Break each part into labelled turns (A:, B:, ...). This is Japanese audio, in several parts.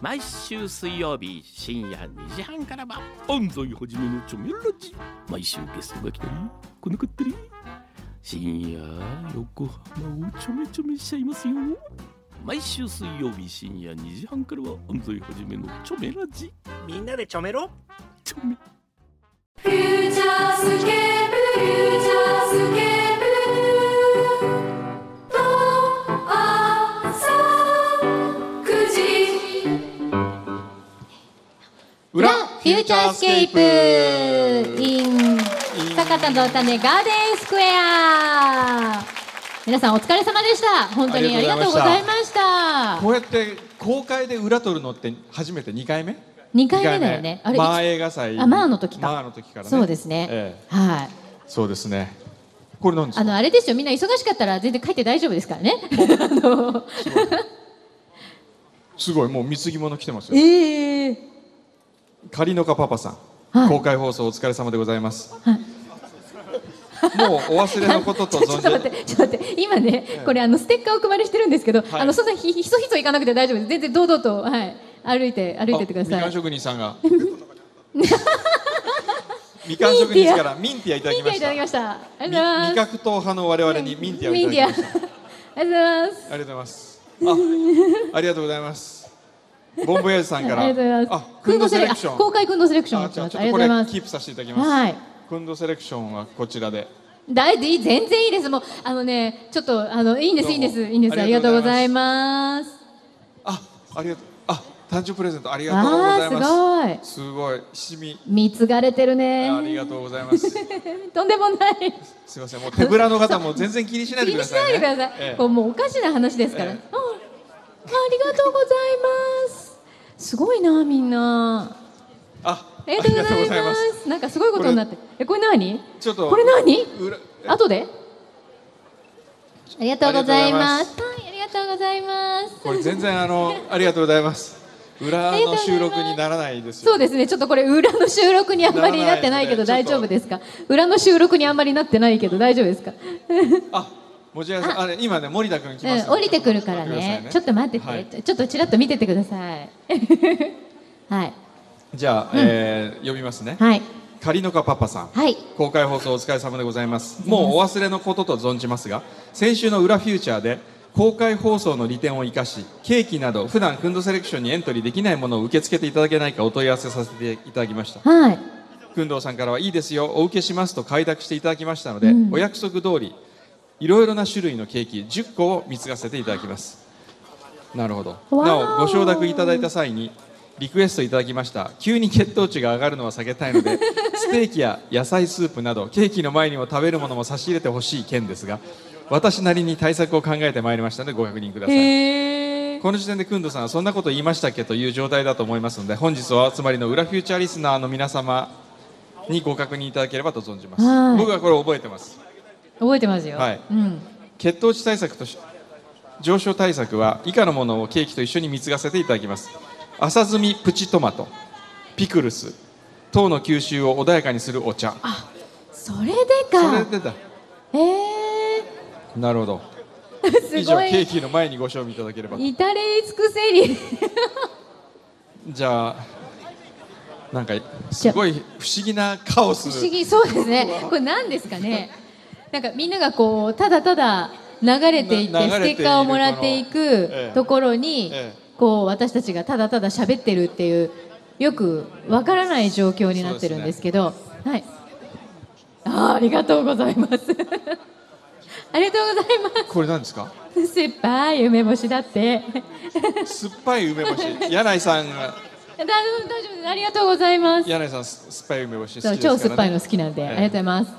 A: 毎週水曜日深夜2時半からは安西はじめのチョメラジ毎週ゲストが来たり来なかったり深夜横浜をちょめちょめしちゃいますよ毎週水曜日深夜2時半からは安西はじめのチョメラジ
B: みんなでちょめろ
A: チョメ
C: フューチャースケープフューチャースケープと朝九時
D: 裏フューチャースケープ in 坂田の歌ねガーデンスクエア皆さんお疲れ様でした本当にあ
E: あ
D: り
E: り
D: が
E: がと
D: とう
E: うご
D: ござ
E: ざ
D: い
E: い
D: ました
E: こうやって公開で裏取るのって初めて2回目
D: 二回目だよねあ
E: あ
D: れ
E: れマー
D: い
E: 映画祭
D: あマーの時か
E: マーの時から
D: つ
E: ね
D: そうですね、
E: ええ
D: はい
E: そうですねこれなんです
D: あ
E: か
D: のあれですよみんな忙しかったら全然書いて大丈夫ですから ねあの
E: すごいもう貢ぎ物来てますよ
D: ええ
E: 仮のかパパさん、
D: はい
E: 公開放送お疲れ様でございます、もうお忘れのことと
D: ちょちょっと
E: 存
D: 待
E: じ
D: って、ちょっと待って、今ね、これあのステッカーを配りしてるんですけど、
E: はい
D: あのそんなひひそひそ行かなくて大丈夫です。全然堂々と、はい、歩いて歩いてってくださ
E: あみかん
D: い。
E: 職人さん がみかん職人からミンティアいただ
D: ミ
E: き
D: ンテ
E: ま
D: ィアい
E: した
D: だ
E: た
D: きました。あり
E: 味
D: がとうございま
E: 覚党派の我々にミンティ
D: す。
E: アをい
D: ミ
E: た
D: ン
E: だ
D: ティ
E: き
D: ア。あ
E: ま
D: り
E: した
D: がとうございます。
E: ありがとうございます。あ、ありがとうございます。ボンボヤージュさんから。
D: ありがとうございます。
E: あ、クンドセレクシ
D: あ
E: ョン。
D: 公開くんどセレクションを
E: あ、
D: し
E: じゃ
D: ま
E: あち
D: す。
E: ょっ
D: あり
E: と
D: が
E: こと
D: う
E: れ
D: ございます。
E: キープさせていただきます。
D: はい。
E: クンドセレクションはこちらで。
D: 大事いい全然いいです。もうあのね、ちょっとあのいいんです
E: ど
D: いういん
E: も
D: ですいいんです。あ
E: あ
D: り
E: り
D: が
E: が
D: と
E: と
D: う
E: う
D: ご
E: ご
D: ざ
E: ざ
D: い
E: い
D: ます。
E: あ、ありがとう。あ、誕生日プレゼントありがとうご
D: あ
E: ざい
D: ー
E: ます。
D: すご
E: す
D: い。
E: ごい。しみ。
D: 貢がれてる
E: あり
D: ね。
E: がとうございます。
D: とんでもない。
E: すみません。もう手ぶらの方も全然気にしないでく
D: 気に
E: だ
D: し
E: さい、
D: な
E: ね。
D: いでください、
E: ええ
D: こうもうおかしな話ですから、
E: ええ
D: ああありがとうございますすごいなみんな
E: あ、
D: ありがとうご
E: ありがとうござ
D: ざいます
E: います
D: なんかすごいことになってえこれ何
E: ちょっと。
D: これ何
E: 裏。
D: 後でありがとうございま
E: ありがとうございます
D: はいありがとうございます
E: これ全然あの、ありがとうございます。裏
D: あり
E: の
D: がとうございます
E: 収録にならないですよ。
D: そうですねちょっとこれ裏の収録にあんまりなってないけど
E: ならな
D: 大
E: いですね
D: 丈夫ですか裏の収録にあんまりなってないけど大丈夫ですか
E: あ、持ち上げさん、あれ今ね森田君来ました、
D: うん、降りてくるからねちょっと待ってて、
E: はい
D: ちょっとちらっと見ててくださ いはい
E: じゃあ、えー呼びますね。
D: はい
E: 仮のかパパさん。
D: はい
E: 公開放送お疲れ様でございます。もうお忘れのことと存じますが、先週の裏フューチャーで。公開放送の利点を生かしケーキなど普段フンドセレクションにエントリーできないものを受け付けていただけないかお問い合わせさせていただきました
D: はい
E: 工藤さんからはいいですよお受けしますと快諾していただきましたので、
D: うん
E: お約束通りいろいろな種類のケーキ10個を貢がせていただきますなるほど
D: わー
E: なおご承諾いただいた際にリクエストいただきました急に血糖値が上がるのは避けたい のでステーキや野菜スープなどケーキの前にも食べるものも差し入れてほしい件ですが私なりに対策を考えてまいりましたのでご確認ください
D: へえ
E: この時点でくんどさんはそんなこと言いましたっけという状態だと思いますので本日お集まりの裏フューチャーリスナーの皆様にご確認いただければと存じます
D: はい
E: 僕はこれ覚えてます
D: 覚えてますよ、
E: はい
D: うん、
E: 血糖値対策とし上昇対策は以下のものをケーキと一緒に貢がせていただきます浅摘みプチトマトピクルス糖の吸収を穏やかにするお茶
D: それで
E: そ
D: か
E: れでだ
D: へえ
E: なるほど以
D: ー、す
E: 上
D: ご
E: ケー
D: い
E: キの前にご賞味いただければ
D: 至れ尽くせり
E: じゃあなんかすごい不思議なカオス
D: 不思議そうですねこれ何ですかねなんかみんながこうただただ流れていって
E: な流
D: ス
E: れて
D: テ
E: いる
D: ッカーをもらってい
E: この
D: く
E: ええ
D: ところに、
E: え
D: こう私たちがただただ喋ってるっていうよくわからない状況になってるんですけどはいあーありがとうございます ありがとうございま
E: これ何ですか
D: す酸っぱい梅干しだって
E: 酸っぱい梅干し柳井さんが
D: 大丈夫大丈夫ですありがとうございます。
E: 柳井さんす酸っぱい梅干し好きですか
D: そ
E: ら、
D: う
E: ね、
D: 超酸っぱいの好きなんで、
E: ええ
D: ありがとうございます。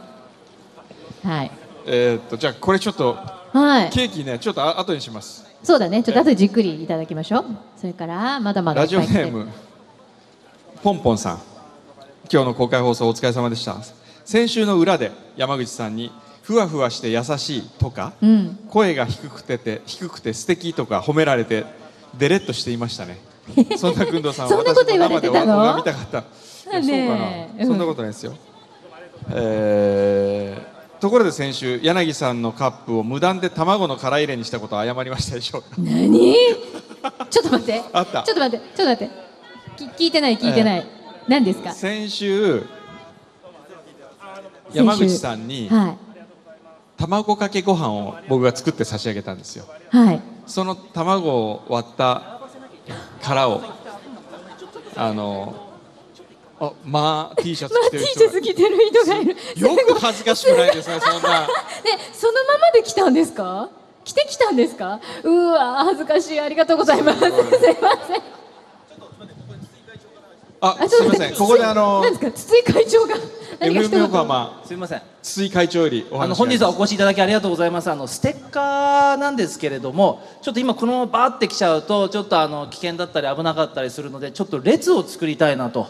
D: はい
E: えーっとじゃあこれちょっと
D: はい
E: ケーキねちょっとあ後にします
D: そうだねちょっと後でじっくりいただきましょう。それからまだまだい
E: ラ
D: っぱ
E: ジ
D: い
E: オ
D: 来
E: ネ
D: てる
E: ームポンポンさん今日の公開放送お疲れ様でした先週の裏で山口さんにふわふわして優しいとか、
D: うん
E: 声が低くてて低くて素敵とか褒められてデレッとしていました ねそんな工藤さん
D: そんなこと言われてたの
E: 私も生で拝みた かった
D: だね
E: そうかな、そんなことないですよ、えーところで先週柳さんのカップを無断で卵の殻入れにしたことを謝りましたでしょうか
D: 何？ ちょっと待って。
E: あった
D: ちょっと待って。ちょっと待って。き聞いてない聞いてない。何ですか。
E: 先週山口さんに
D: は
E: 卵かけご飯を僕が作って差し上げたんですよ
D: いはい。
E: その卵を割った殻をあのあまあ T シャツ
D: マ
E: 着て
D: ッチ
E: る人
D: ーシャツ着てる人がいる。
E: がよく恥ずかしく ないですねそんな
D: ね、そのままで来たんですか。来てきたんですか。うーわー、恥ずかしい、ありがとうございます。すいません。
E: あ
D: あ、
E: す
D: ち
E: い
D: ょっ
E: ま
D: と
E: せ
D: 待っ
E: ん
D: て
E: ここであの
D: なんですか、筒井会長が。何か
E: MM
D: 一言
E: 横浜
B: すみません。
E: 筒井会長よりお話があり
B: あ
E: ま
B: の
E: す
B: 本日はお越しいただきありがとうございます。あのステッカーなんですけれども、ちょっと今このままバーって来ちゃうとちょっとあの危険だったり危なかったりするので、ちょっと列を作りたいなと。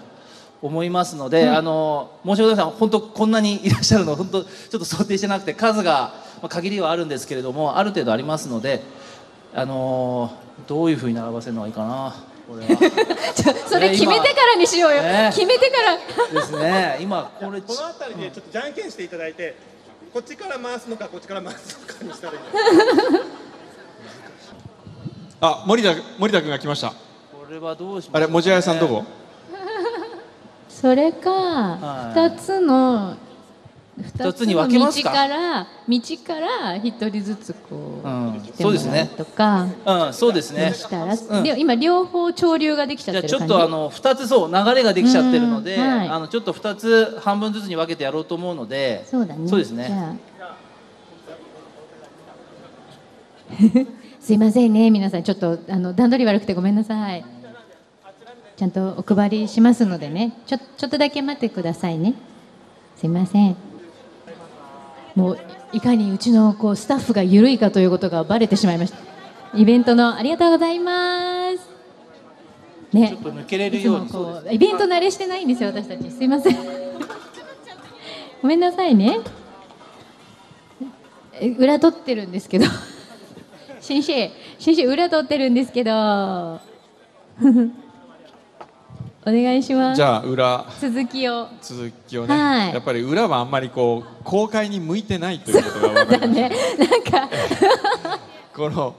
B: 思いますので、あの申し訳ございません本当こんなにいらっしゃるの本当ちょっと想定してなくて数が、まあ、限りはあるんですけれどもある程度ありますのであのどういうふうに並ばせるのがいいかなこれは
D: ちょそれ決めてからにしようよ。
B: ね
D: 決めてから。
B: ですね今これ
F: この辺りでちょっとじゃんけんしていただいて、こっちから回すのかこっちから回すのかに したらいいんじゃない
E: あ森田森田君が来ました
B: これはどうしま
E: あ
B: しょ
E: れ
B: う
E: 持ち合いさんどこ
D: それか、
B: はい
D: 二つの。二
B: 二
D: つ
B: つに
D: の
B: 分けま
D: 道
B: すか
D: から、道から一人ずつこう。
B: うん
D: 来てもらとか。
B: うんそうですね
D: できたら、
B: ん
D: でも今両方潮流ができちゃ
B: じ
D: っ
B: ゃあ
D: てる
B: ち
D: 感
B: ょ
D: じ。
B: っとあの2つそう流れができちゃってるので、
D: うんはい
B: あのちょっと2つ半分ずつに分けてやろうと思うので
D: そうだね。
B: そうです
D: じ
B: ね
D: ゃあ。 すいませんね、皆さん、ちょっとあの段取り悪くてごめんなさい。ちゃんとお配りしますのでね、ちょちょっとだけ待ってくださいね。すいません。もういかにうちのこうスタッフが緩いかということがバレてしまいました。イベントのありがとうございます。ね、
B: ちょっと抜けれるように
D: いつもこうイベント慣れしてないんですよ私たちすいま せんごめんなさいねえ裏取ってるんですけど 先生先生裏取ってるんですけど お願いします
E: じゃあ裏
D: 続きを
E: 続きをね、
D: はい
E: やっぱり裏はあんまりこう公開に向いてないということが分かりました
D: だねなんか、
E: この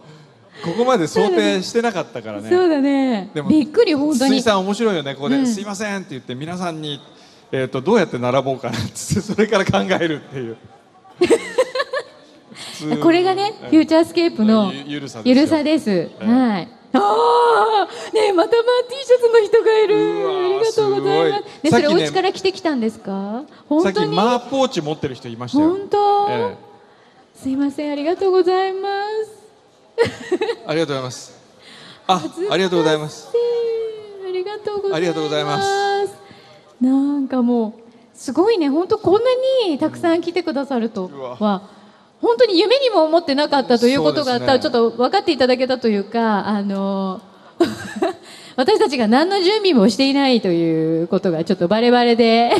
E: ここまで想定してなかったからね
D: そうだね
E: でも
D: びっくり本当
E: 筒井
D: に
E: さん面白いよねここで、
D: うん
E: すいませんって言って皆さんに、えー、とどうやって並ぼうかなっつってそ れから考えるっていう普通
D: これがね、フューチャースケープの
E: ゆゆるさですよ
D: ゆるさです。
E: ええ
D: はい。ああ、ねえまたまあ T シャツの人がいる
E: う。わー
D: ありがとうございま
E: すご
D: す
E: い
D: す。ね、
E: さっき
D: それ
E: ね
D: お家から来てきたんですか？
E: さっ
D: 本当
E: き
D: に。
E: マーポーチ持ってる人いましたよ
D: 本当、
E: え
D: すいません、ありがとうございます。
E: えありがとうございますあありがとうございます
D: えーありがとうございます。
E: ありがとうございま
D: なんかもうすごいね、本当こんなにたくさん来てくださると
E: うわ
D: は。本当に夢にも思ってなかったということ
E: そ
D: が、
E: うですね
D: ちょっと分かっていただけたというか、あの 私たちが何の準備もしていないということがちょっとバレバレで、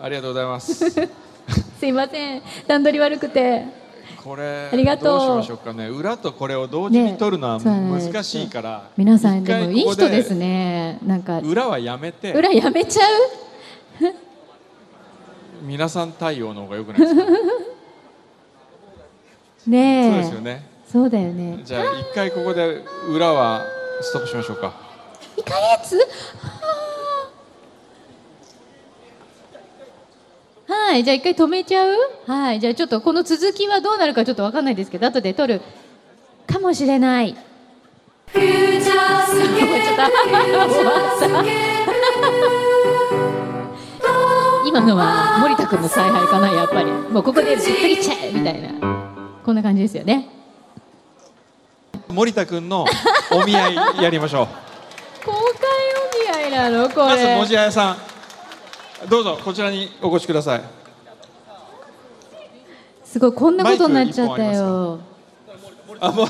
E: ありがとうございます
D: すいません、段取り悪くて。
E: これ
D: ありがと
E: ど
D: う
E: うしましょうかね裏とこれを同時に取るのは
D: ねそうなんですよ
E: 難しいから、
D: 皆さん
E: 一
D: で
E: 回
D: もいい
E: ここ
D: 人ですね。なんか
E: 裏はやめて
D: 裏やめちゃう。
E: 皆さん対応の方が良くないですか そう
D: ねえ。
E: ですよね
D: そうだよね。
E: じゃあ一回ここで裏はストップしましょうか
D: イカやつはい、じゃあ一回止めちゃうはい、じゃあちょっとこの続きはどうなるかちょっとわかんないですけど、後で撮るかもしれない。
C: フューチャースケープ
D: ちょっと今のは森田君の采配かな、やっぱり。もうここで次ちゃえみたいな。こんな感じですよね。
E: 森田君のお見合いやりまし ょう
D: 公開お見合いなのこ
E: まず文字
D: れ。
E: 屋さんどうぞこちらにお越しください
D: すごい、こんなことになっちゃった
E: マイク一本
D: よ。
E: あもう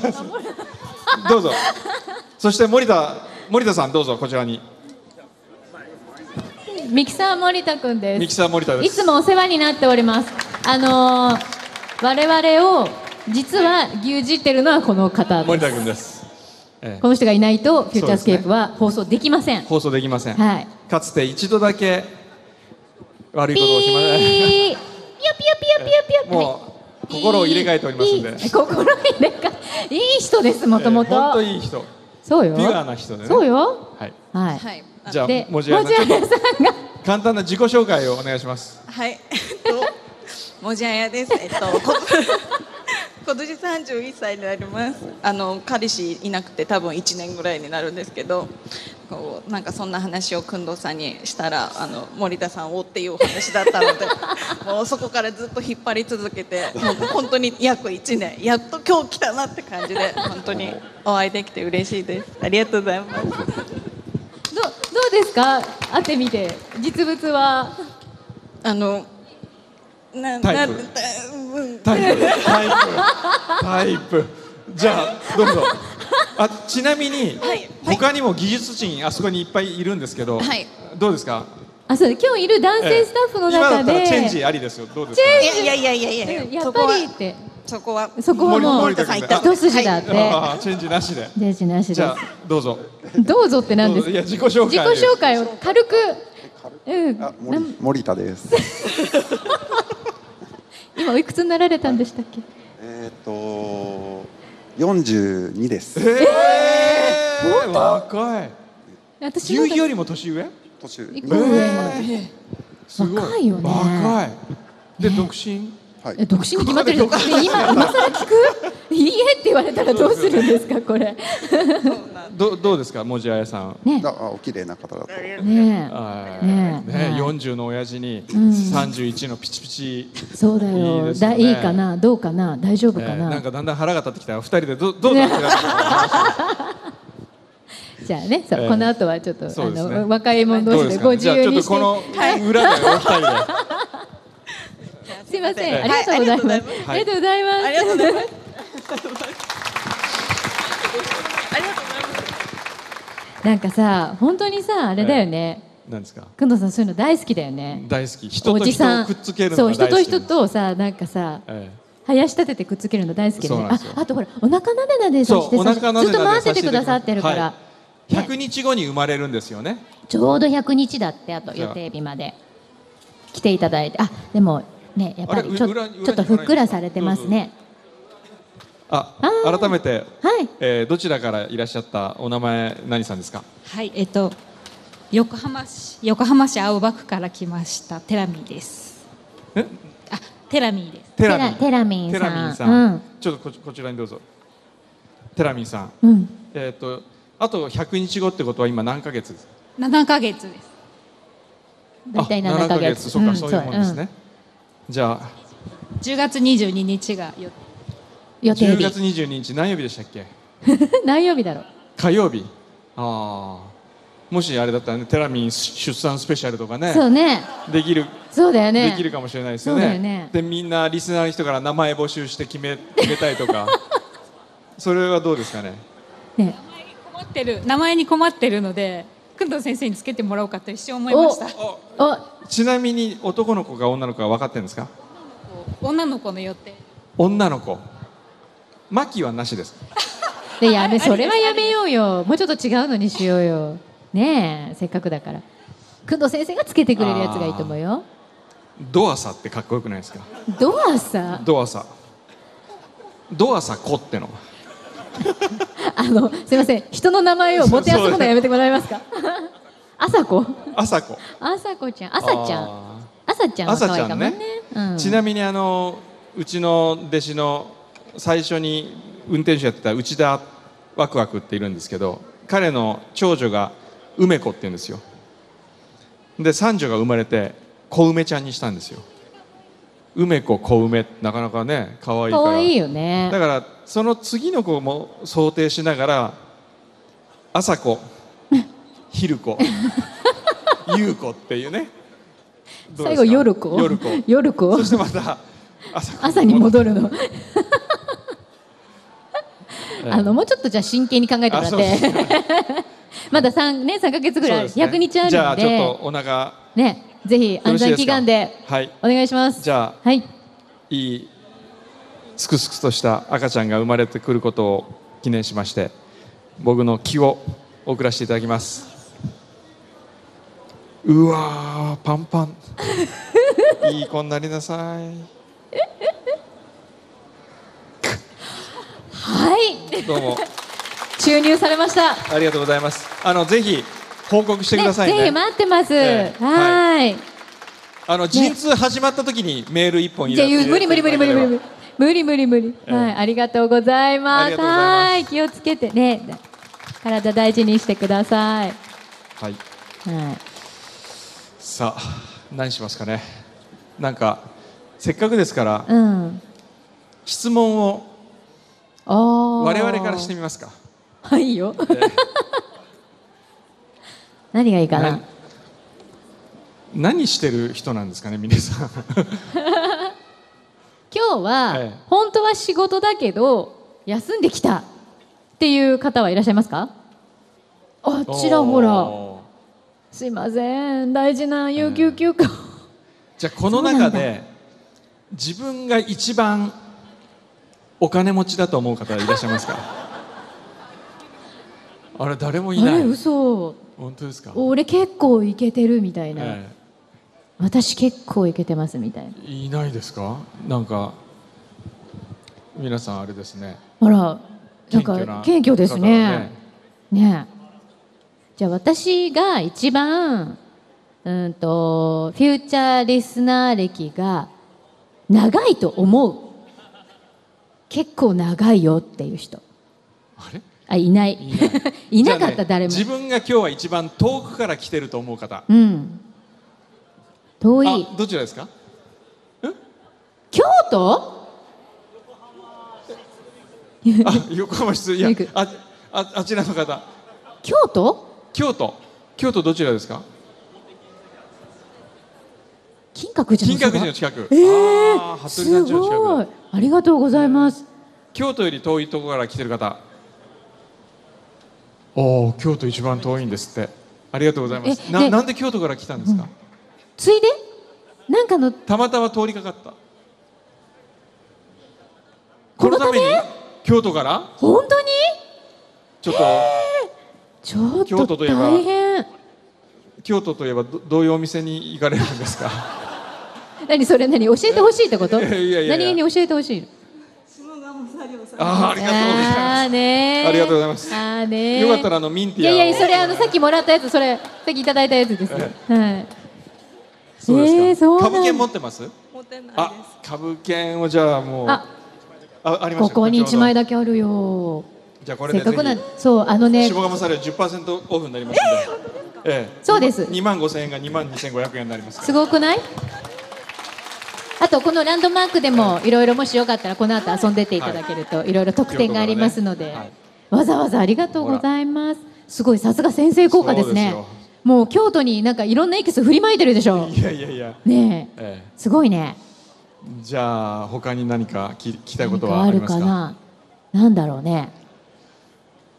E: どうぞそして森田森田さんどうぞこちらに
D: ミキサー森田君です
E: ミ。キサー森田で
D: い
E: す
D: つもお世話になっております。あのー我々を実は牛耳ってるのはこの方
E: 森
D: で
E: 田
D: す。
E: 君です、え
D: この人がいないとフューチャースケープは放送できません。
E: え放送できません、
D: はい。
E: かつて一度だけ悪い
D: ピ
E: ことをしま
D: ー。
E: し
D: ピヨピヨピヨピヨピヨ
E: た。もう心を入れ替えておりますんで
D: ピー心を入れ替え。いい人ですもとも
E: ええ本
D: と
E: 当。いい人
D: そうよ
E: ピュアな人でね
D: そうよ
E: はい、
D: はい、
G: はい。
E: じゃあ
D: で
E: 文字屋さんちょっ
D: 文
E: と
D: 字屋さんが
E: 簡単な自己紹介をお願いします
G: はい。えっ と、もじあやです。 えっと、こ今年三十一歳になります。あの彼氏いなくて多分一年ぐらいになるんですけど、こうなんかそんな話をくんどうさんにしたらあの森田さんをっていうお話だったの で、もうそこからずっと引っ張り続けて、もう本当に約一年、やっと今日来たなって感じで本当にお会いできて嬉しいです。ありがとうございます。
D: どうどうですか会ってみて実物は
G: あの。な
E: タイプ
G: なうん
E: タイプタイプタイプじゃあどうぞあちなみに、
G: はい
E: 他にも技術人あそこにいっぱいいるんですけど、
G: はい
E: どうですか
D: あそう今日いる男性スタッフの
E: 今だ
D: 中
E: った
D: で、
E: らチェンジありですよどうですか
G: いやいやいやいやい
D: うんや
G: そ
D: っ
G: こ
D: ぱ
G: は
D: りって
G: そこは
D: そこはもう
E: 森田さん言った
D: 一筋だって、
E: あーチェンジなしで
D: でしなし
E: じ
D: で
E: ゃあどうぞ
D: すどうぞってなんです
E: いや自己紹
D: 自己
E: 介
D: 紹介を軽くうん
H: あ
D: な
H: 森
D: ん
H: 森田です。
D: 今おいくつになられたんでしたっけ
H: えーっと42です。
E: ええー、若い
D: 私の
E: 牛よりも年上
H: 年
D: 一
H: 上
D: 個上の
E: すごい
D: 若いよね
E: 若いで独身
H: はい
D: え。独身に 決まってるでしょ今今更聞くいいえって言われたらどうするんで すかこれ
E: どどうですかもじあやさん
D: ね
H: ああお綺麗な方だと。
D: ね
E: あー
D: ねえ
E: ね
D: はい
E: 40の親父に
D: ん
E: 31のピチピチ
D: えそうだ
E: いい
D: よ
E: ですよ
D: だ
E: ね
D: いいかなどうかな大丈夫
E: え
D: か
E: ー
D: な、
E: なんかだんだん腹が立ってきたら2人でどどうなってる か
D: じゃあねそう、
E: ええ
D: この後はちょっと、
E: そ
D: あ
E: うですね
D: の若い者
E: ど
D: 同
E: う
D: 士
E: で
D: ですご
E: か
D: 自
E: じゃあち
D: 由
E: ょっ
D: に
E: と
D: して
E: この裏でお二人で、
D: すいません、
E: はい
D: ありがとうございます、
E: はい
D: ありがとうございます、
G: ありがとうございます。
D: なんかさ本当にさあれだよね、
E: なんですか
D: くんどうさんそういうの大好きだよね
E: 大好き人
D: お
E: と
D: じ
E: 人
D: さ
E: を
D: ん
E: くっつけるの
D: そ
E: が
D: う
E: 大好
D: 人
E: き
D: と人とさなんかさ
E: ええ
D: 林立ててくっつけるの大好きで,、
E: そう
D: ね
E: な、んで
D: あ
E: すよ
D: あとほらお腹なでなでさ
E: そ
D: せ
E: う
D: て
E: お
D: さ
E: 腹なで
D: ずっと
E: なで
D: 回しててくださってるから、
E: はい、100日後に生まれるんですよね
D: ちょうど100日だってあと予定日まで来ていただいてあでもねやっぱ
E: あれ
D: りちょ
E: う裏に裏に
D: ちょっとふっくらされてますね
E: あ
D: あー
E: 改めて、
D: はい
E: えーどちらからいらっしゃったお名前何さんですか
I: はい、えっと横浜市横浜市青葉区から来ましたテラミーです。
E: え
I: あ、テラミーです。
E: テ
D: テラミンさ
E: テ
D: ん
E: ラミンさん
D: うん
E: ちょっとこちこちらにどうぞテラミンさん
D: うん
E: えっ、とあと100日後ってことは今何ヶ月です
I: 七ヶ月です。
D: 大体7ヶ月
E: そっか、そういうもんですね、じゃあ
I: 10月22日がよ
D: うん予定
E: 10月
D: 日
E: 22日何曜日でしたっけ
D: 何曜日だろう
E: 火曜日ああもしあれだったらねテラミン出産スペシャルとかね
D: そうね
E: できる
D: そうだよね
E: できるかもしれないですよ
D: そうだ
E: ね
D: よね
E: でみんなリスナーの人から名前募集して決 め決めたいとかそれはどうですかね
D: ね
I: 困ってる名前に困ってるので、くんど先生につけてもらおうかと一瞬思いました。
D: お
E: ちなみに男の子か女の子か分かってるんですか
I: 女の子の予定。
E: 女の子マキはなしです
D: でやめそれはやめようよもうちょっと違うのにしようよねえせっかくだから工藤先生がつけてくれるやつがいいと思うよ
E: ドアサってかっこよくないですか
D: ドアさ
E: ドアサドアサ子っての
D: あのすいません人の名前をもてあそぶのやめてもらえますか あさこ
E: 朝子
D: あさこちゃんあさちゃん
E: あ
D: あさちゃんは可愛いかも
E: あ
D: ね
E: さち
D: う
E: ー
D: ん、
E: ちなみにあのうちの弟子の最初に運転手やってた内田ワクワクっているんですけど彼の長女が梅子って言うんですよで三女が生まれて子梅ちゃんにしたんですよ梅子子梅なかなかね可愛いから
D: 可愛いよね
E: だからその次の子も想定しながら朝子昼 子夕子っていうねどうで
D: 最
E: すか
D: 後夜子
E: 夜子
D: 夜子
E: そしてまた朝子
D: 朝に戻
E: る
D: るのあのもうちょっとじゃあ真剣に考えてもらっ
E: あそうです
D: て まだ三ね三ヶ月ぐらい100日あ
E: じ
D: る
E: ゃ
D: の
E: あちょっ
D: で
E: とお腹
D: ねぜひ
E: よろ
D: 安
E: しい
D: 産
E: ですか
D: 祈願で
E: はい
D: お願いします
E: じゃあ
D: はい
E: いいすくすくとした赤ちゃんが生まれてくることを記念しまして僕の気を送らせていただきますうわーパン パンいい子になりなさい
D: はい
E: どうも
D: 注入されました。
E: ありがとうございます。あのぜひ報告してください
D: ぜ
E: ね。
D: ひ待ってます。
E: ええ
D: はーい。
E: あの G2 始まった時にメール一本い
D: じ
E: ら
D: ゃ
E: っ
D: あ
E: しゃる
D: 無理無理無理無理無理無理無理無理無理、
E: ええ
D: はいありがとうございます
E: ありがとうございます
D: はい気をつけてね体大事にしてください
E: はい。
D: はい
E: さあ何しますかね。なんかせっかくですから
D: うん
E: 質問を
D: ああ
E: 我々からしてみますか。
D: はいよ、何がいいかな
E: 何何してる人なんですかね皆 さん。
D: 今日は、
E: ええ
D: 本当は仕事だけど休んできたっていう方はいらっしゃいますかあちらほら
E: おー
D: すいません大事な有給休暇を、
E: じゃあこの中で自分が一番お金持ちだと思う方いらっしゃいますか あれ誰もい
D: あ
E: な
D: れ
E: い
D: 嘘
E: 本当ですか、
D: 俺結構いけてるみたいな、
E: え
D: 私結構いけてますみたいな
E: えいないですかなんか皆さんあれですね
D: あらなん
E: 謙虚な
D: か謙虚ですねねえじゃあ私が一番うんとフューチャーリスナー歴が長いと思う結構長いよっていう人
E: あれ
D: あいない い
E: ない
D: なかっ
E: じゃあ
D: た
E: ね
D: 誰も、
E: 自分が今日は一番遠くから来てると思う方
D: うん遠い
E: あどちらですか
D: 京都
E: あ横浜市いや
D: よく
E: あああちらの方
D: 京都
E: 京都京都どちらですか
D: 金閣寺
E: 金
D: のそば
E: 閣寺の近く、
D: ええ
E: あー服部
D: す
E: 団地の近く
D: ごいありがとうございます
E: 京都より遠いところから来てる方おお京都一番遠いんですってありがとうございます
D: え
E: な
D: で
E: なんで京都から来たんですか、
D: ついでなんかの
E: たまたま通りかかったこのために京都から
D: 本当に
E: ちょっと
D: ちょ
E: 京
D: っ
E: 都
D: と
E: といえば
D: 大変
E: 京都といえばどどういうお店に行かれるんですか
D: 何それ何教えてほしいってこと
E: いやいやいやいや
D: 何気に教えてほしい
E: あーありがとうございます
D: あーねー
E: ありがとうございます
D: あーねー
E: よかったらあのミンテ
D: い
E: ィア
D: や
E: を
D: いやそれあのさっきもらったやつそれさっきいただいたやつです
E: え
D: はい
E: そうですか、
D: えーそうなん
E: 株券持ってます
G: モテないで
E: あ株券をじゃあもう
D: あ
E: あありま
D: こ
E: した
D: こに
E: ちょ
D: 一
E: うど
D: 枚だけあるよ
E: じゃあこれ
D: せ
E: で
D: っかくなん
E: ぜひ
D: そうあのね
E: 下鴨サレ10%オフになりますので、ええ
D: そうです
E: 2万5000円が2万2500円になりますか
D: すごくないあとこのランドマークでもいろいろもしよかったらこの後遊んでっていただけるといろいろ特典がありますの
E: と
D: で、
E: いうことがね
D: わざわざありがとうございますすごいさすが先生効果ですね
E: そうですよ
D: もう京都になんかいろんなエキス振りまいてるでしょ
E: らいやいやいや、
D: ねえ
E: え
D: すごいね
E: え、じゃあ他に何か聞きたいこ
D: 何
E: とは
D: か
E: あ
D: あ
E: り
D: る
E: ます
D: か
E: か
D: ななんだろうね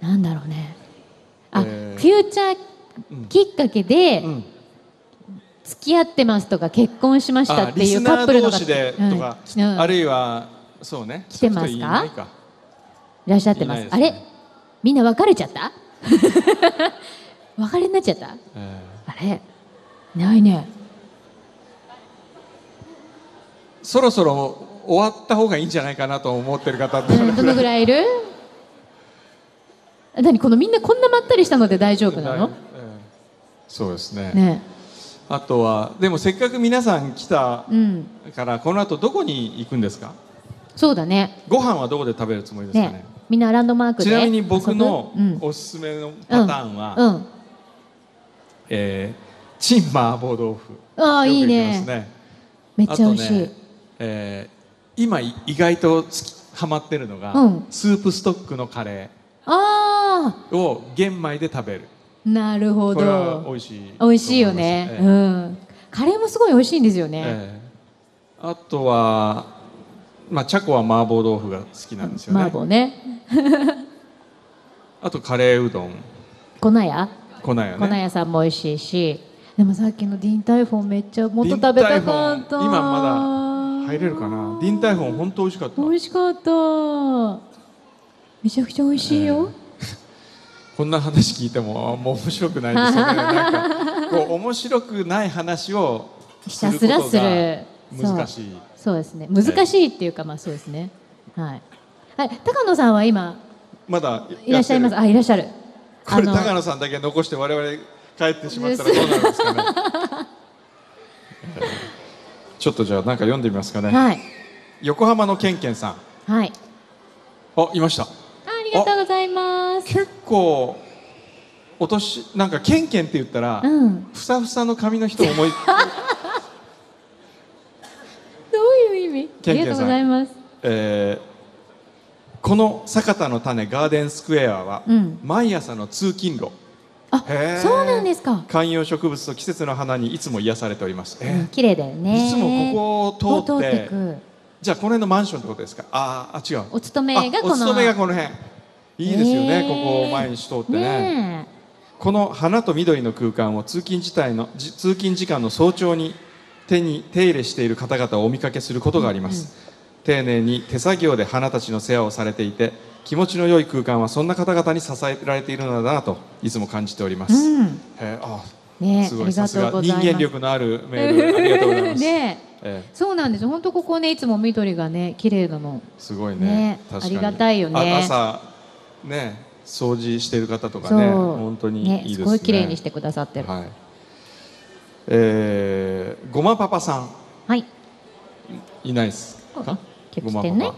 D: なんだろうねあ、
E: えー
D: フューチャーきっかけで、
E: ん
D: 付き合ってますとか結婚しました
E: あ
D: って
E: リ
D: い
E: ス
D: うカ
E: ナ
D: ッ
E: ー
D: プルの
E: 同
D: 方
E: 士でとか、
D: うんうん
E: あるいはそうね
D: 来てますか
E: そういう人いないか
D: いらっしゃってます。
E: いな
D: あ
E: いで
D: れ
E: すね
D: みんな別れちゃった 別れになっちゃった
E: ええ
D: あれないね。
E: そろそろ終わった方がいいんじゃないかなと思ってる方ど
D: うん
E: れ
D: ど
E: くら
D: の
E: い
D: ぐらい いる何このみんなこんなまったりしたので大丈夫なの
E: ええそうですね
D: ね
E: あとはでもせっかく皆さん来た
D: うん。
E: から、この後どこに行くんですか
D: そうだね。
E: ご飯はどこで食べるつもりですかね
D: ねみんなランドマークで
E: ちなみに僕の
D: 遊ぶうん
E: おすすめのパターンは、
D: うん。
E: えー、チン麻婆豆腐
D: ああ、
E: よく
D: いい
E: 行きます
D: ね。めっ
E: あ
D: ちゃ
E: と
D: 美味しい
E: ね。、えー、今い意外とつきハマってるのが、
D: うん
E: スープストックのカレ
D: あ
E: ーを玄米で食べる
D: あ、なるほ
E: これは美
D: ど。
E: 味しい
D: 美味しいよね。
E: と思
D: う
E: います
D: ん。カレーもすごい美味しいんですよ
E: えー
D: ね。
E: えーあとはまあチャコは麻婆豆腐が好きなんですよ
D: 麻
E: ね
D: 婆ね。
E: あとカレーうどん
D: 粉や
E: 粉や
D: 粉
E: ね
D: 屋さんも美味しいしでもさっきのディンタイフォンめっちゃもっと食べたかっ
E: ディンタイ
D: た
E: フォン今まだ入れるかなディンタイフォン本当美味しかった
D: 美味しかっためちゃくちゃ美味しいよ、
E: こんな話聞いてももう面白くないです よね。なんかこう面白くない話を
D: ひ
E: す
D: た
E: る
D: す
E: こ
D: ら
E: と
D: する
E: が難しい。
D: そうそうですね難しいっていうかまあそうですねはい、はい、高野さんは今
E: まだ
D: いらっしゃいます。あ、いらっしゃる。
E: これ
D: あの
E: 高野さんだけ残して我々帰ってしまったらどうなるんですかね ちょっとじゃあなんか読んでみますかね、
D: はい。
E: 横浜のけんけんさん
D: はい。
E: あいました
D: あありがとうございます。
E: 結構お年なんかけんけんって言ったら、
D: うん。
E: ふさふさの髪の人を思い
D: どういう意味あ
E: ケン
D: り
E: ケ
D: が
E: ン
D: と
E: さん
D: うございます。
E: えーこの酒田の種ガーデンスクエアは、
D: うん
E: 毎朝の通勤路
D: あ
E: へー、
D: そうなんですか。
E: 観葉植物と季節の花にいつも癒されております、えー
D: 綺麗だよね。
E: いつもここを通って
D: ここを通く
E: じゃあこの辺のマンションってことですかあーあ違う
D: お勤めが
E: あ
D: この。
E: お勤めがこの辺いいですよね、
D: へー
E: ここを毎日通ってね
D: ねえ。
E: この花と緑の空間を通勤時帯のじ通勤時間の早朝に手に手入れしている方々をお見かけすることがあります、丁寧に手作業で花たちの世話をされていて気持ちの良い空間はそんな方々に支えられているのだなといつも感じております、
D: う
E: へ
D: ん。
E: えあ
D: ね
E: す
D: え、あ
E: ごい
D: り
E: さ
D: が
E: す
D: とう
E: が
D: ござい
E: 人
D: ます。
E: 間力のあるメールありがとうございます、
D: ねえ。
E: ええ
D: そうなんです。本当ここねいつも緑がね綺麗なの。
E: すごいね
D: ね
E: 確かに
D: ありがたいよね
E: あ朝ね掃除してる方とか
D: そう。
E: ね本当にいいですね
D: すごい綺麗にしてくださってる。
E: はい。えー、ごまパパさ
D: はい。
E: んいないですか？
D: 結
E: ごま
D: 構
E: パ
D: 来てんね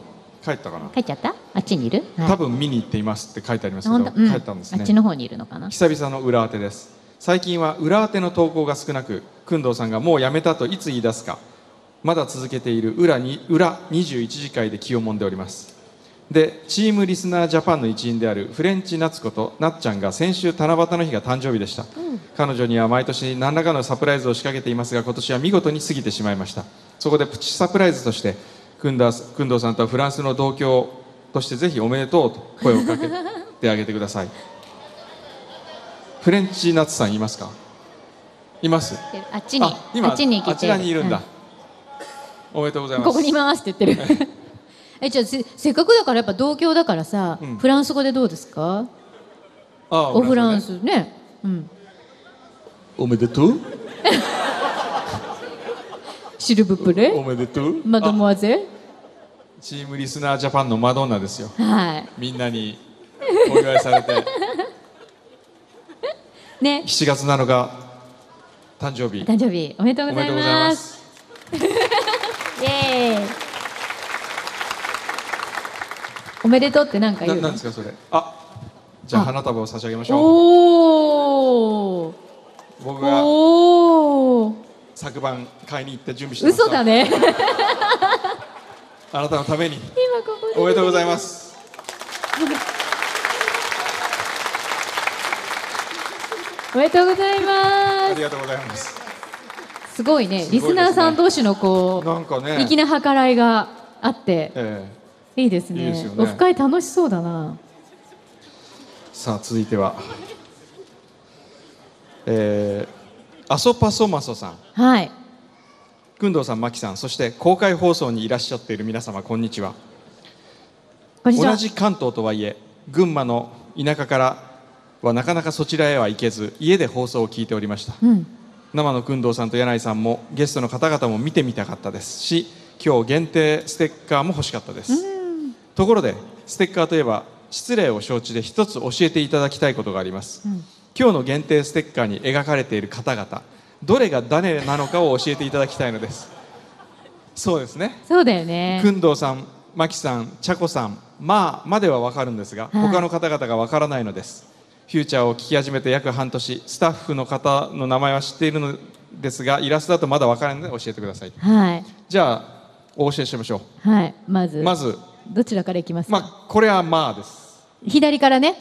E: パ帰ったかな、
D: 帰っちゃった？あっちにいる？はい
E: 多分見に行っていますって書いてありますけ
D: あ本
E: ど、
D: 当うん
E: 帰ったんです
D: あっち
E: ね。
D: の方にいるのかな。
E: 久々の裏当てです。最近は裏当ての投稿が少なく、工藤さんがもうやめたといつ言い出すか、まだ続けている裏に裏21次会で気を揉んでおります。で、チームリスナージャパンの一員であるフレンチ夏子となっちゃんが先週七夕の日が誕生日でした、彼女には毎年何らかのサプライズを仕掛けていますが今年は見事に過ぎてしまいましたそこでプチサプライズとしてくんだくんどうさんとはフランスの同郷としてぜひおめでとうと声をかけてあげてくださいフレンチ夏さんいますかいます
D: あっちに
E: あ今
D: あっちに来て
E: あちらにいるんだ、
D: う
E: おめでとうございます
D: ここにいますって言って る。えじゃあせせっかくだからやっぱ同郷だからさ、
E: うん
D: フランス語でどうですか？
E: あ
D: おフラン
E: ね
D: スね。うん。
E: おめでとう
D: シルブプ
E: お
D: レ？
E: めでとう
D: マドモアゼ？
E: チームリスナージャパンのマドンナですよ
D: は
E: みんなにお祝いされて
D: い。ね。
E: 7月7日誕生日
D: 誕生日おめでと
E: お
D: うご
E: めで
D: ざ
E: と
D: い
E: うございま
D: ます。
E: す
D: イエーイ。おめでとうってなんか
E: な
D: 言う
E: なん
D: の
E: ですかそれあじゃあ花束を差し上げましょう
D: おー
E: 僕が
D: おー
E: 昨晩買いに行って準備してました
D: 嘘だね今
E: あなたのために
D: ここで
E: おめでとうございます
D: おめでとうござい
E: あ
D: ま
E: りがとうございます
D: すすごいね
E: すごいで
D: リ
E: すね
D: スナーさん同士のこう
E: なんかね
D: 粋な計らいがあって
E: え
D: いいです
E: いい
D: ね
E: ですよね
D: オフ会楽しそうだな
E: えさあ続いてはえー、アソパソマソさん
D: はい
E: 工藤さん、牧さん、そして公開放送にいらっしゃっている皆様、こんにちは。
D: こんにち
E: 同
D: は
E: じ関東とはいえ、群馬の田舎からはなかなかそちらへは行けず、家で放送を聞いておりました。
D: うん
E: 生の工藤さんと柳井さんもゲストの方々も見てみたかったですし今日限定ステッカーも欲しかったですところでステッカーといえば失礼を承知で一つ教えていただきたいことがあります、今日の限定ステッカーに描かれている方々どれが誰なのかを教えていただきたいのですそうですね
D: そうだよね
E: 工藤さん、真木さん、茶子さん、まあまでは分かるんですが、
D: はい
E: 他の方々が分からないのです。フューチャーを聞き始めて約半年、スタッフの方の名前は知っているのですが、イラストだとまだ分からないので教えてください。
D: はい
E: じゃあ、お教えしましょ
D: はいまず
E: う。まず、
D: どちらからいきますか、
E: まあ、これはまあです。
D: 左からね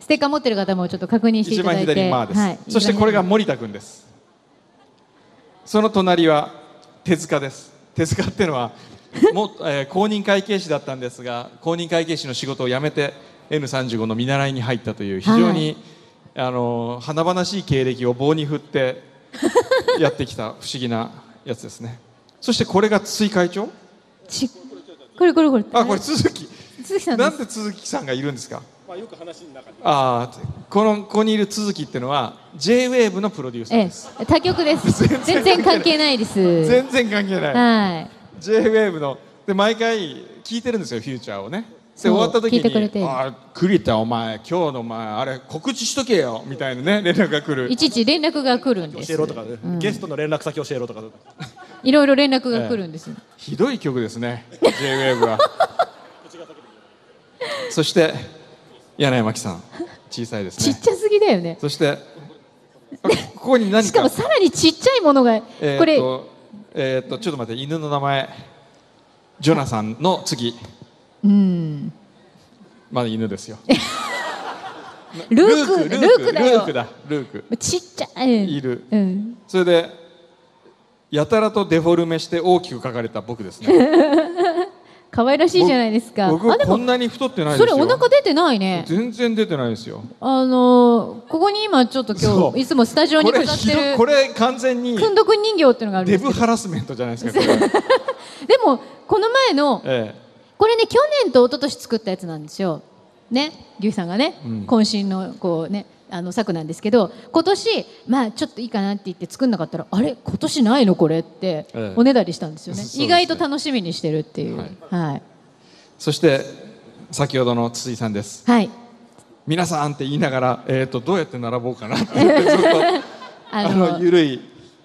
D: ステッカー持ってる方もちょっと確認してい
E: 一
D: ただ
E: 番
D: いて
E: 左、まあです。
D: はい
E: そしてこれが森田君です。その隣は手塚です。手塚っていうの は、もう、えー公認会計士だったんですが、公認会計士の仕事を辞めて N35 の見習いに入ったという非常に、あのー華々しい経歴を棒に振って やってきた不思議なやつですね。そしてこれが津井会長。
D: ちこれこれこれ
E: あ、これ鈴木。
D: 鈴木さんで
E: な
D: す
E: んで鈴木さんがいるんですか。
F: まあ、よく話の中で
E: ああ、このここにいる鈴木っていうのは J-WAVE のプロデューサー
D: え
E: です。
D: え他局です全然関係ないです
E: 全然関係ない。
D: はい
E: J-WAVE ので毎回聞いてるんですよフューチャーをねそれ終わった時
D: 聞いてくれて
E: に「ああ栗田お前今日のお前あれ告知しとけよ」みたいなね連絡が来る
D: いちいち連絡が来るんです
F: 教えろとかね、
D: ん
F: ゲストの連絡先教えろとか
D: いろいろ連絡が来るんです、
E: ひどい曲ですね JWAVE はそして柳井真紀さん小さいです
D: ち
E: ね
D: っちゃすぎだよね
E: そしてあここに何か
D: しかもさらにちっちゃいものがこ
E: えーっ
D: れ、
E: とえーっとちょっと待って犬の名前ジョナサンの次
D: うん
E: まだ犬ですよ
D: ルークル
E: ル
D: ー
E: ー
D: ク
E: ク
D: だよ
E: ルークだルーク
D: ちっちゃい
E: いる
D: うん、
E: それでやたらとデフォルメして大きく書かれた僕です ね
D: 可愛らしいじゃないですか
E: 僕
D: あで
E: こん
D: も
E: なに太ってないです
D: そ
E: よ
D: れお腹出てないね
E: 全然出てないですよ
D: あのーここに今ちょっと今
E: そ
D: 日
E: う
D: いつもスタジオに
E: こ
D: 飾
E: れ
D: っ
E: ひ
D: て
E: ど
D: る
E: いこれ完全に
D: くんどくん人形っていうのがあるんで
E: デ
D: すけ
E: ブ
D: ど
E: ハラスメントじゃないですかこれは、
D: でもこの前の
E: え
D: これね去年と一昨年作ったやつなんですよね牛さんがね、
E: うん
D: 渾身のこうねあの作なんですけど今年まあちょっといいかなって言って作んなかったらあれ今年ないのこれって
E: ええ
D: おねだりしたんですよね,、
E: そうですね
D: 意外と楽しみにしてるっていうは
E: はいい、
D: はい
E: えそして先ほどの筒井さんです皆さんって言いながら、えー、とどうやって並ぼうかなって言ってずっと
D: あ
E: あ
D: の
E: の緩い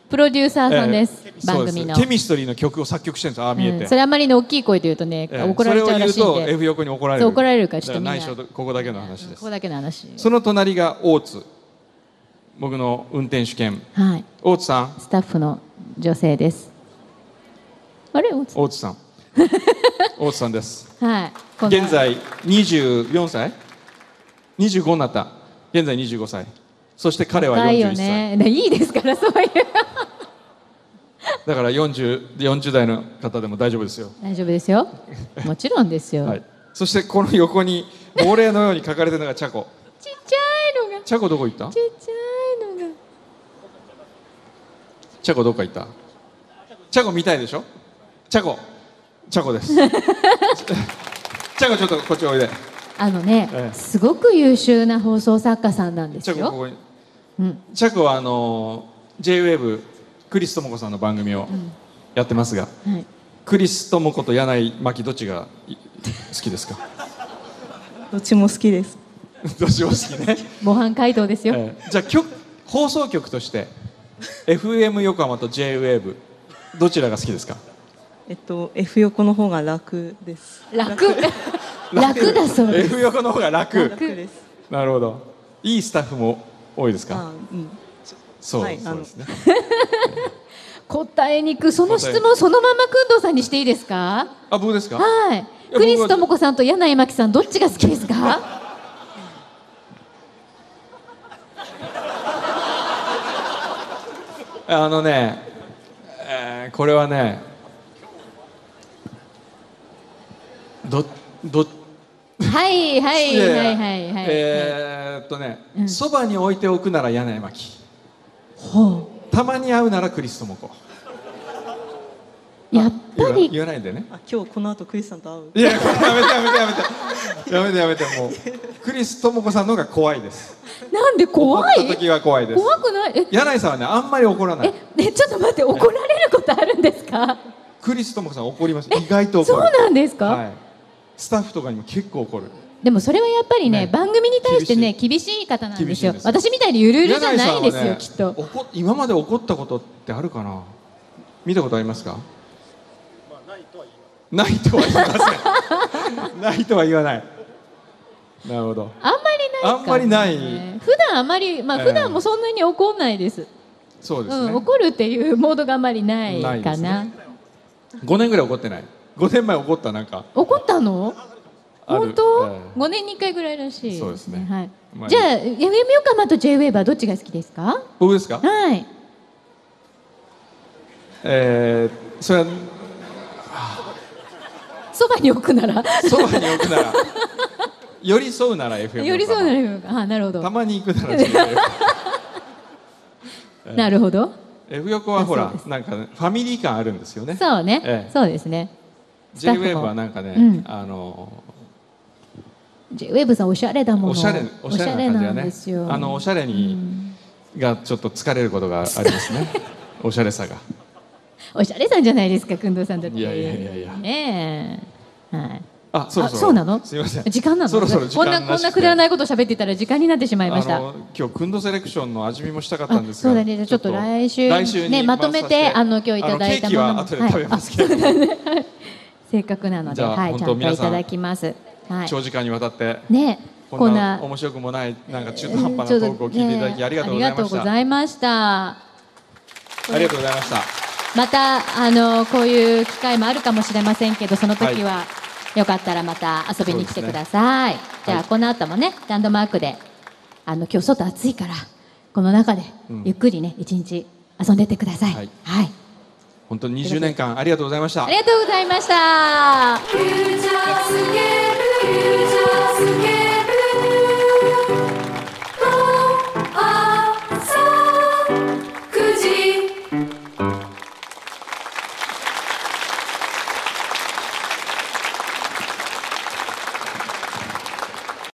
D: プロデューサーさんです、
E: ええ
D: 番組の
E: そうですケミストリーの曲を作曲してるんですよああ見えて、
D: うん、それあんまりね大きい声で言うとね、
E: ええ
D: 怒られちゃうらしいん
E: それを言うと
D: で
E: F 横に怒られ
D: そ
E: る
D: う怒られるからちょっとみんな
E: 内緒とここだけの話で
D: こ
E: す
D: こだけの話
E: その隣が大津僕の運転手兼
D: はい
E: 大津さん
D: スタッフの女性ですあれ大津
E: 大津 さん大津さんです
D: はいこんな
E: 現在24歳25になった現在25歳そして彼は
D: 若い
E: 41
D: よ
E: 歳、
D: ねねいいですからそういう
E: だから 40, 40代の方でも大丈夫ですよ、
D: 大丈夫ですよもちろんですよ、
E: はい、そしてこの横に亡霊のように書かれてるのがチャコ
D: ちっちゃいのがちっ
E: チャコどこ行った
D: ちゃいのが
E: チャコどっか行ったチャコ見たいでしょチャコチャコです チャコちょっとこっちおいで
D: あのね、
E: ええ
D: すごく優秀な放送作家さんなんです
E: チャコこ
D: よ
E: こに、
D: うん
E: チャコはあのー JWAVE クリス智子さんの番組をやってますが、
D: はい
E: クリス智子と柳井真紀どっちがい好きです か
G: どっちも好きです
E: どっちも好きね、
D: 模範解答ですよ、
E: ええじゃあ曲放送局として FM 横浜と JWAVE どちらが好きですか
G: えっと F 横の方が楽です
D: 楽 楽だそうです
E: F 横の方が楽
D: 楽です
E: なるほどいいスタッフも多いですか
G: あうん
E: そう,、
G: はい
E: そうですね
D: 答えにくその質問そのまま工藤さんにしていいですか
E: あ僕ですか
D: はい
E: や
D: クリス
E: 僕は
D: 智子さんと柳井真紀さんどっちが好きです か
E: あのね、えーこれはねどど
D: はいはい
E: や
D: はい
E: や
D: いはいはい。
E: えーっとね
D: うん
E: そば、に置いておくなら柳巻たまに会うならクリス智子
D: やっ
E: 言
D: ぱ
E: わ
D: り
E: 言わないでね
G: あ今日この後クリスさんと
E: い
G: 会う
E: ややめてやめてやめてやめてやめてもうクリス智子さんの方が怖いです
D: なんで怖い
E: 怒った時は怖いです
D: 怖くないえ
E: 柳井さんはねあんまり怒らない
D: えねちょっと待って怒られることあるんですか
E: クリス智子さん怒ります意外と怒る
D: そうなんですか、
E: はい、スタッフとかにも結構怒る
D: でもそれはやっぱりね
E: ね
D: 番組に対してね厳しい方なんですよ
E: 厳しいです
D: 私みたいにゆるゆるじゃないですよ、
E: 柳井
D: きっ
E: さんはね
D: と
E: 怒今まで怒ったことってあるかな見たことありますか、ないとは言いません ないとは言わないなるほど
D: あんまりないかも
E: あ
D: ね
E: んまりない
D: 普段あんまりまあ
E: ええ
D: 普段もそんなに怒んないです、
E: そうです
D: うん
E: ね、
D: 怒るっていうモードがあんまりない
E: ないで
D: か
E: す
D: な
E: ね5年ぐらい怒ってない5年前怒ったなんか
D: 怒ったの
E: ある
D: 本当、
E: ええ
D: 5年に1回ぐらいらしい
E: そうですね
D: はい
E: まあ
D: じゃあ FM 横浜と JWAVE はどっちが好きですか
E: 僕ですか
D: はい
E: えー、それは
D: そばに置くなら
E: そばに置くなら寄り添うなら FM
D: 寄り添うなら FM かあなるほ
E: た
D: ど
E: まに行くなら JFM
D: なるほど
E: F 横はほ
D: あ
E: ら
D: そうです
E: なんかねファミリー感あるんですよね
D: そうね、
E: ええ
D: そうですねスタッフも
E: JWAVE はなんかね、
D: うん
E: あの
D: JWAVE さんおしゃれだもの
E: おしゃれおしゃれな感じが
D: おしゃれなん
E: ね
D: ですよ
E: あのおしゃれに、がちょっと疲れることがあります ねおしゃれさが
D: おしゃれさんじゃないですかくんどうさんだって
E: いやいやいやいや
D: ねえはい
E: あそろそろ
D: あそうなの
E: すいません
D: 時間なの
E: そろそろ時間
D: こんな
E: らしくて
D: こんなくだらないこと喋ってたら時間になってしまいました
E: あの今日クンドセレクションの味見もしたかった
D: あ
E: んです
D: そ
E: が
D: うだねじゃあちょっと来週
E: に
D: ねまとめて
E: 回させ
D: あの今日いただいたもの
E: あのケーキは後で食べますけど、
D: はいあそうだねせっかくなので
E: じゃあ
D: はい
E: 本
D: ちゃ
E: 当
D: んとい
E: 皆さん
D: ただきますはい
E: 長時間にわたって
D: ね
E: こ
D: こ
E: ん
D: ん
E: な
D: な
E: 面白くもないなんか中
D: え
E: 途半
D: ー
E: 端
D: ちょ
E: な
D: っ
E: ト
D: と
E: ークを聞いていただきありがとうございました、
D: ねありがと
E: ありがとう
D: うございました
E: ございました
D: またあのこういう機会もあるかもしれませんけどその時は、よかったらまた遊びに来てください、じゃあ、
E: はい
D: この後もねランドマークであの今日外暑いからこの中で
E: うん
D: ゆっくりね一、日遊んでってください、
E: はい
D: はい、
E: 本当に20年間ありがとうございました
D: ありがとうございました
C: フューチャースケープフューチャースケー